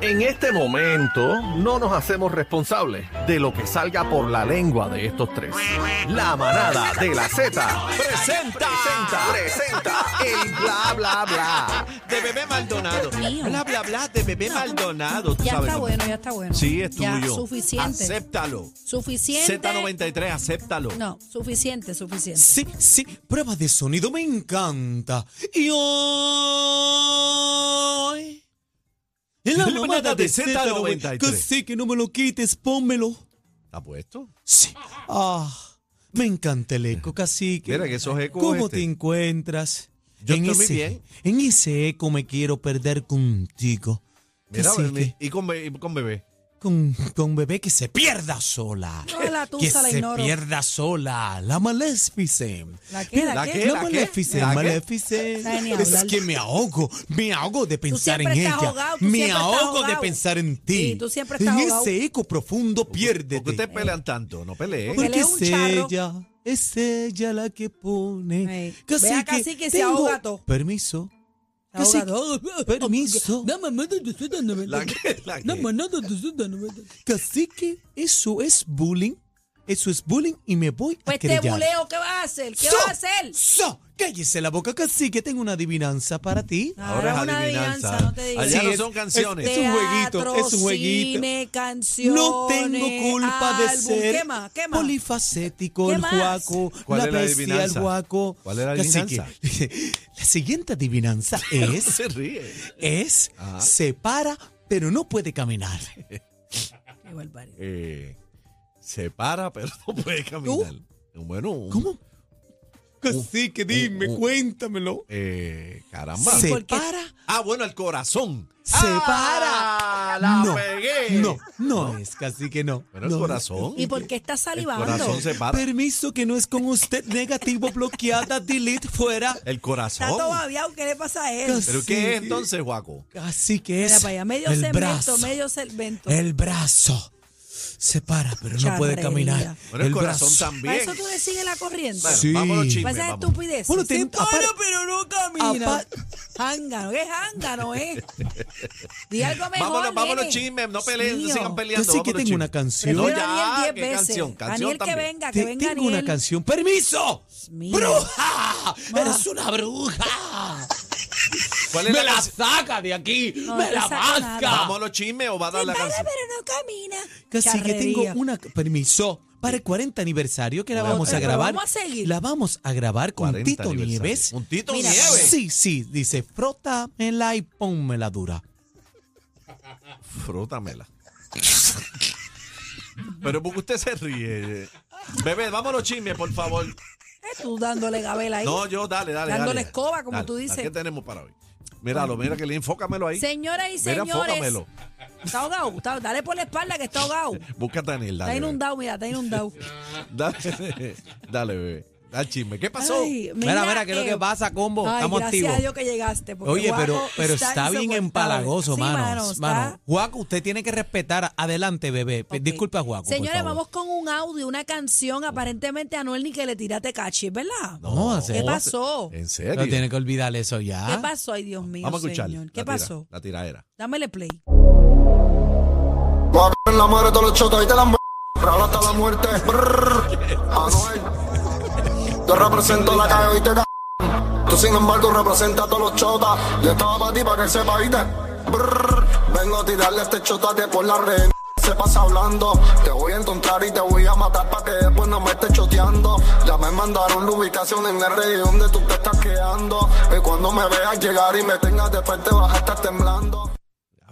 En este momento no nos hacemos responsables de lo que salga por la lengua de estos tres. La manada de la Z Presenta. presenta, presenta el bla bla bla. De bebé Maldonado. Dios mío. Bla, bla, bla, de bebé Maldonado. Tú Ya sabes, está ¿no? bueno, ya está bueno. Sí, es tuyo. Ya, suficiente. Acéptalo. Suficiente. Z93, acéptalo. No, suficiente, suficiente. Sí, sí, prueba de sonido me encanta. Y hoy. En la La manada mamada de de Z93. Z93. Que sí, que no me lo quites, pónmelo. ¿Está puesto? Sí. Ah, me encanta el eco, cacique. Mira que esos ecos, ¿Cómo este. te encuentras? Yo estoy muy ese, bien. En ese eco me quiero perder contigo. Mira, Cacique, bebé, y, con, be- y con bebé. con, con bebé que se pierda sola. No, la que tusa la se ignoro. pierda sola. La Maleficent. ¿La qué? ¿La, ¿La qué? qué? No, ¿La Maleficent, ¿La qué? Maleficent. Sabe ni Es hablar. que me ahogo, me ahogo de pensar en siempre ella. estás ahogado, tú me siempre estás ahogo de ahogado. pensar en ti. Sí, tú siempre en estás ahogado. ese eco profundo pierde. ¿Por qué ustedes pelean tanto? No peleen. Porque- Él es un Porque es charro. ella, es ella la que pone. Ey, ve a Cacique, se tengo- ahoga todo. Permiso. Se ahoga Cacique, Permiso. ¿La qué? ¿La qué? Cacique, eso es bullying. Eso es bullying y me voy a Pues te querellar. buleo, ¿qué vas a hacer? ¿Qué So, vas a hacer? so, cállese la boca, Cacique, tengo una adivinanza para ti. Ahora es una adivinanza. no te digo. este, Allá ah. Sí, no es- son canciones. es un jueguito, es un jueguito. Cine, canciones, no tengo culpa de álbum. ser ¿Qué más? ¿Qué más? polifacético, ¿Qué el más? guaco, ¿Cuál la es la bestia, el adivinanza? guaco. ¿Cuál es la Cacique, la siguiente adivinanza es, Se ríe. es, Ah. se para, pero no puede caminar. Qué barbaridad. Eh, se para, pero no puede caminar. Bueno, un- ¿Cómo? Uh, Cacique, dime, un- cuéntamelo. eh, caramba. Se porque- para, Ah, bueno, al corazón. se Ah, para. La no, pegué. no, no es, Cacique, no. Pero el no es. corazón. ¿Y por qué estás El salivando? corazón se para. Permiso que no es con usted, negativo, bloqueada, delete, fuera. El Está corazón. todo aviado, ¿qué le pasa a él? Casi- ¿Pero qué es entonces, Guaco? Así que es Mira para allá, medio el cemento, brazo. medio cemento. El brazo se para, pero no puede Charrería. caminar. Bueno, el, corazón brazo. ¿Para también. eso tú le sigues la corriente? Bueno, Sí. vámonos, chisme, Pues esa vamos. estupidez. Bueno, se ten- para, apar- pero no camina. apar- Jángano, ¿qué jángano es? eh. Di algo mejor, Vámonos, vámonos, nene. chisme. No peleen, no Mío. sigan Yo peleando. sí que vámonos, tengo una chisme. canción. No, Prefiero a ya, Daniel qué 10 veces. canción, canción Daniel también. que venga, que Te- venga tengo una Daniel. canción. ¡Permiso! mío. ¡Bruja! ¡Eres una bruja! ¿Cuál es ¡Me la la canción? saca de aquí! No, ¡Me te la saco nada. vasca! ¿Vámonos, chisme o va a Se dar la para, canción? pero no camina. Casi que tengo Charrería. una. Permiso. Para el 40 aniversario que la Bueno, vamos a pero grabar. vamos a seguir. La vamos a grabar con 40 Tito aniversario. Nieves. Un Tito Mira, Nieves. Sí, sí, dice, frótamela y pónmela dura. Frótamela. Pero porque usted se ríe. Bebé, vámonos, chisme, por favor. Eh, Tú dándole gabela ahí. No, yo, dale, dale. Dándole dale. escoba, como tú dices. ¿Qué tenemos para hoy? Míralo, mira que le enfócamelo ahí. Señoras y Mira, señores. enfócamelo. Está ahogado. está- dale por la espalda que está ahogado. Búscate en él, dale. Está bebé. inundado, mira, está inundado. Dale, dale, bebé. Da chisme. ¿Qué pasó? Ay, eh, Mira, mira, ¿qué es lo que pasa, combo? ay, Estamos gracias activos. a Dios que llegaste. porque Oye, Guaco pero, pero está, bien insoportable. empalagoso, Sí, mano. mano, está- mano. Juaco, usted tiene que respetar. Adelante, bebé. Pe- Ok. Disculpa, Juaco. por Señores, favor. vamos con un audio, una canción. Aparentemente a Noel ni que le tiraste cachi, ¿verdad? No, hace- ¿Qué pasó? ¿En No serio? tiene que olvidar eso ya. ¿Qué pasó? Ay, Ah, Dios mío, Vamos a escuchar. señor. ¿Qué la tira- pasó? la tiradera. Dámele play. Cabrón, la madre de todos los chotos, ahí te la m- Real hasta la muerte. Brrr. Anuel. Yo represento la calle, oíste, cabrón. Tú, sin embargo, representas a todos los chotas. Yo estaba para ti, para que sepa, oíste. Brrr. Vengo a tirarle a este chotate por la red. Se pasa hablando, te voy a encontrar y te voy a matar para que después no me estés choteando. Ya me mandaron la ubicación en el rey donde tú te estás quedando. Y cuando me veas llegar y me tengas de frente, vas a estar temblando.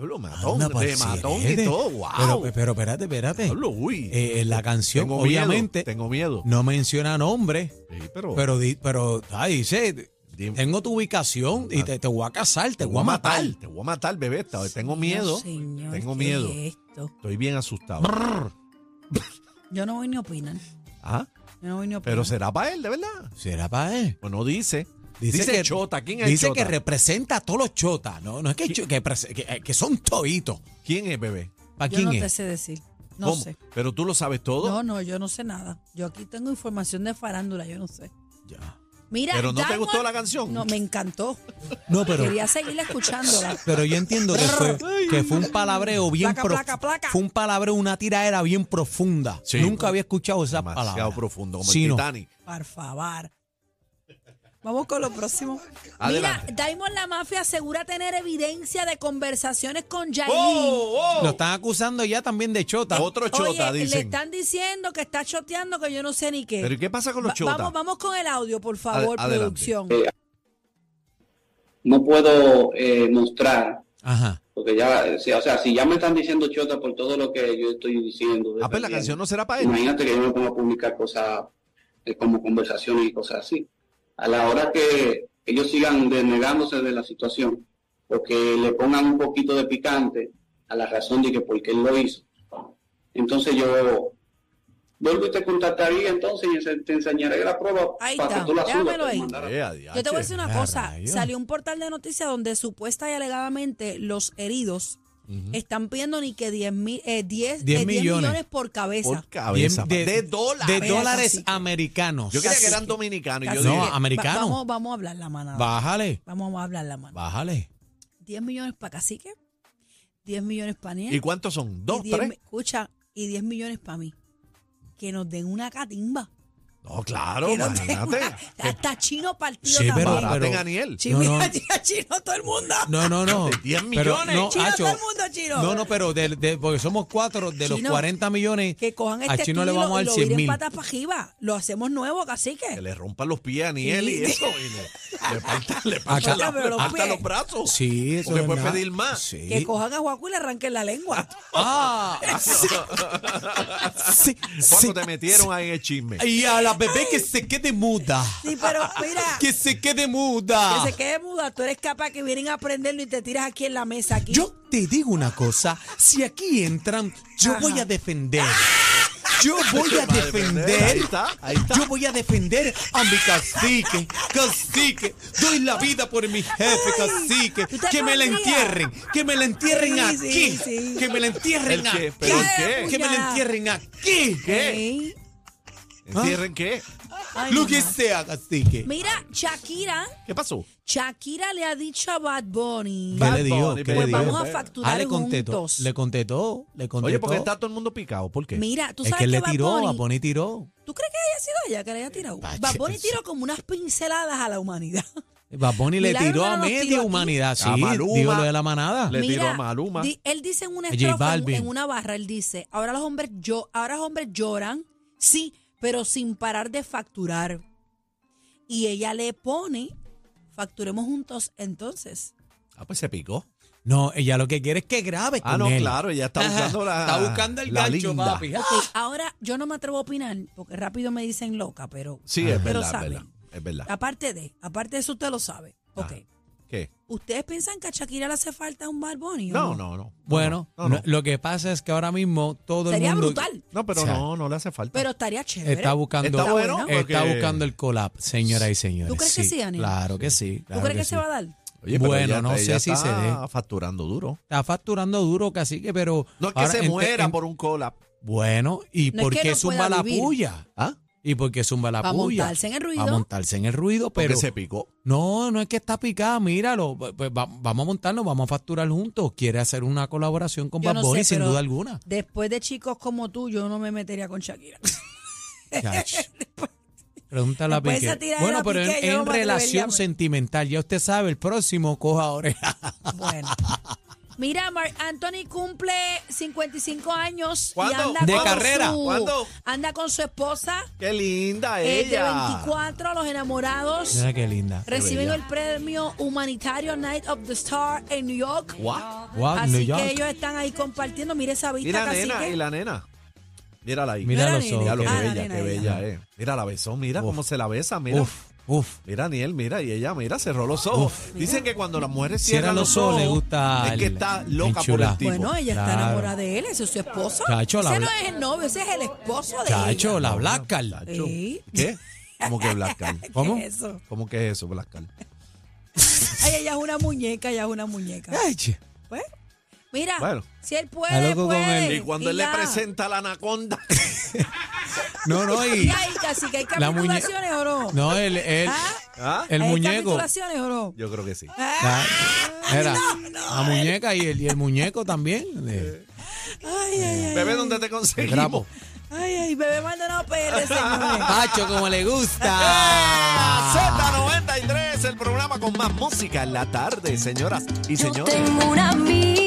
Hablo matón, Anda, de pues, matón si y eres. todo. Wow. Pero, pero espérate, espérate. Hablo, uy. Eh, en la canción, tengo obviamente, Miedo, tengo miedo. no menciona nombre. Sí, pero, Pero, di- pero ah, dice, Dime. Ah. tengo tu ubicación y te, te voy a casar, te voy a matar. Te voy a matar, bebé. Te- Tengo miedo. Dios, señor, tengo ¿qué miedo. es esto? Estoy bien asustado. Yo no voy ni a opinar. Ajá. Yo no voy ni a opinar. Ah, Pero será para él, de verdad. ¿Será para él? Pues no dice. Dice, Chota. ¿Quién es el Dice Chota? que representa a todos los chotas. No, no es que, cho- que, prese- que- que son toditos. ¿Quién es, bebé? ¿Para yo quién no te es? sé decir. No ¿Cómo? sé. Pero tú lo sabes todo. No, no, yo no sé nada. Yo aquí tengo información de farándula, yo no sé. Ya. Mira, ¿Pero no te Damon- gustó la canción? No, me encantó. No, pero, Quería seguir escuchándola. pero yo entiendo que fue, que fue un palabreo bien Placa, prof- placa, placa. Fue un palabreo, una tiraera bien profunda. Sí. Nunca había escuchado esa Demasiado palabra. profundo, como Sí, el no. Titanic. Por favor. Vamos con lo próximo. Adelante. Mira, Diamond La Mafia asegura tener evidencia de conversaciones con Yailin. ¡Oh, oh! Lo están acusando ya también de chota. Otro chota, Oye, le dicen. están diciendo que está choteando que yo no sé ni qué. ¿Pero y qué pasa con los Va- chotas? Vamos, vamos con el audio, por favor, adelante. producción. no puedo eh, mostrar, Ajá. porque ya, eh, si- o sea, si ya me están diciendo chota por todo lo que yo estoy diciendo, Ah, pues la canción no será para Eh, él. imagínate que yo me pongo a publicar cosas eh, como conversaciones y cosas así. A la hora que ellos sigan denegándose de la situación, o que le pongan un poquito de picante a la razón de que por qué él lo hizo, entonces yo vuelvo y te contactaría entonces y se- te enseñaré la prueba Ahí para está, que tú la subas. déjamelo puedes ahí. mandar a- Eh, Yo te voy a decir una Ah, cosa. rayos. Salió un portal de noticias donde supuesta y alegadamente los heridos están pidiendo ni que 10, mil, eh, 10, eh, 10 10 millones. millones. por cabeza. Por cabeza. Bien, pa- de dólares. De Mira, dólares cacique. americanos. Yo creía que Cacique. eran dominicanos. y Yo Así No, que dije, americano. va- vamos, vamos a hablar la manada. Bájale, Vamos a hablar la manada. bájale. 10 millones para Cacique, 10 millones para Niel. ¿y cuántos son? y ¿Dos, 10 mi- tres? Escucha, y 10 millones para mí. Que nos den una catimba. No, claro, Que nos den imagínate. una- Hasta chino partido Sí, pero- también. Baraten pero- a Niel. Chino, No, no. mira, chino todo el mundo. No, no, no. De 10 Pero, millones. no, Chino, Acho, todo el mundo, chino. No, no, pero de- de- porque somos cuatro de los Chino, 40 millones. Que cojan a este Chino le estudio vamos a y dar lo 100 viren mil. patas para arriba. Lo hacemos nuevo, Que cacique. le rompan los pies a Niel y Sí. eso. y le, le partan, le partan Acá- la- Pero le los partan pies. los brazos. Sí, eso Porque es puede verdad. pedir más. Sí. Que cojan a Juaco y le arranquen la lengua. Ah, sí, sí. Juaco, te metieron ahí en el chisme. Y a la bebé que se quede muda. Sí, pero mira, Que se quede muda. que se quede muda. Tú eres capaz que vienen a aprenderlo y te tiras aquí en la mesa. aquí. Yo te digo una cosa, si aquí entran, yo Ajá. voy a defender. Yo voy a Va a defender, ahí defender. está, ahí está. Yo voy a defender a mi cacique, cacique. Doy la vida por mi jefe, cacique. tú te Que me la confías. entierren, que me la entierren Sí, sí, aquí. sí. Que me la entierren ¿El qué? aquí. ¿Pero qué? Que me la entierren aquí. ¿Qué? Ey, ¿Ah? ¿Entierren qué? ay, Lo mi que madre. sea, cacique. Mira, Shakira, ¿Qué pasó? Shakira le ha dicho a Bad Bunny. Bad ¿Qué le digo? Bunny, ¿Qué pues le vamos digo? a facturar Ah, le contestó, juntos. le contestó, le contestó. Oye, ¿por qué está todo el mundo picado? ¿Por qué? Mira, tú es sabes que él le Bad tiró, Bunny- a Bonnie tiró. ¿Tú crees que haya sido ella que le haya tirado? Pache, Bad Bunny eso- tiró como unas pinceladas a la humanidad. Bad Bunny le Milagro tiró no a nos tiró media aquí. humanidad, sí, A Maluma. digo lo de la manada. Le tiró a Maluma. di- él dice en una A J estrofa, en, Balvin. en una barra, él dice, ahora los hombres yo, ahora los hombres lloran, sí, pero sin parar de facturar. Y ella le pone, facturemos juntos entonces. Ah, pues se picó. No, ella lo que quiere es que grabe Ah, con no, él. claro, ella está Ajá, buscando la. está buscando el la gancho, linda. papi. Ok, ahora yo no me atrevo a opinar porque rápido me dicen loca, pero Sí, Ajá. es Pero verdad, sabe. es verdad. Es verdad. aparte de, aparte de eso usted lo sabe. Ah. Ok. ¿Qué? ¿Ustedes piensan que a Shakira le hace falta un Bad Bunny o No, no, no. Bueno, no, no. no, lo que pasa es que ahora mismo todo Sería el mundo brutal, No, pero O sea, no, no le hace falta. pero estaría chévere. está buscando Está bueno, está porque- buscando el collab, señoras y señores. crees que sí, Daniel? Claro que sí. ¿Tú claro crees que, sí. se va a dar? Oye, pero Bueno, ella- no sé ella si está se dé. facturando duro. Está facturando duro, cacique, pero... No es que ahora se ente- muera en- por un collab. Bueno, ¿y No es por que qué no zumba pueda la vivir. puya? ¿Ah? ¿Y por qué zumba la Va a puya? montarse en el ruido. Va a montarse en el ruido, Porque pero... se picó. No, no es que está picada, míralo. Pues, pues, va- vamos a montarnos, vamos a facturar juntos. Quiere hacer una colaboración con Yo Bad no Bunny, sé, sin pero duda alguna. Después de chicos como tú, yo no me metería con Shakira. Chach. Pregúntale a Después Piqué. esa tiradera Bueno, a pero en, Piqué, yo no en me atrevería, relación me- sentimental, ya usted sabe, el próximo coja oreja. Bueno. Mira, Mark Anthony cumple 55 años y ¿Cuándo? anda De con carrera. su- ¿Cuándo? anda con su esposa, Qué linda eh, de ella. 24, los enamorados. Mira qué linda. Reciben bella. el premio humanitario Night of the Star en New York. Guau. Wow, Así New que York. ellos están ahí compartiendo. Mira esa Y vista la casi nena, y la nena. Mírala ahí. Mira Mira, los nena. ojos. Mira lo qué que Ah, la bello. bella, nena, qué ella. bella es. Mira la besó, mira Uf. cómo se la besa, mira. Uf, uf. Mira, Niel, mira, y ella, mira, cerró los ojos. Dicen que cuando las mujeres Cierra cierran los los ojos, ojos, le gusta es que el- está el loca por chula. el tipo. Bueno, ella Claro. está enamorada de él, ese es su esposo. Chacho, la ese no bla- es el novio, ese es el esposo de Chacho, ella. la Black Card. Chacho. ¿Eh? ¿Qué? ¿Cómo que Black Card? ¿Qué ¿Cómo? es eso? ¿Cómo que es eso, Black Card? Ay, ella es una muñeca, ella es una muñeca. Ay, che. Pues, mira, Bueno. si él Está puede, loco con puede. él. Y cuando él ya. le presenta a la anaconda, No, no, Y y. ahí casi que hay La muñe- capitulaciones o no. No, él, él, Ah. ¿Ah? El ¿Hay muñeco. capitulaciones o no? Yo creo que sí. Ah, Ah, Era la muñeca y el, y el muñeco también. de- Ay, ay, ay. Bebé, ¿dónde te de conseguimos? trapo. Ay, ay, bebé Maldonado PR, señores. Pacho, como le ¡Eh! Ah, gusta. Z93, el programa con más música en la tarde, señoras y Yo señores. tengo una amiga.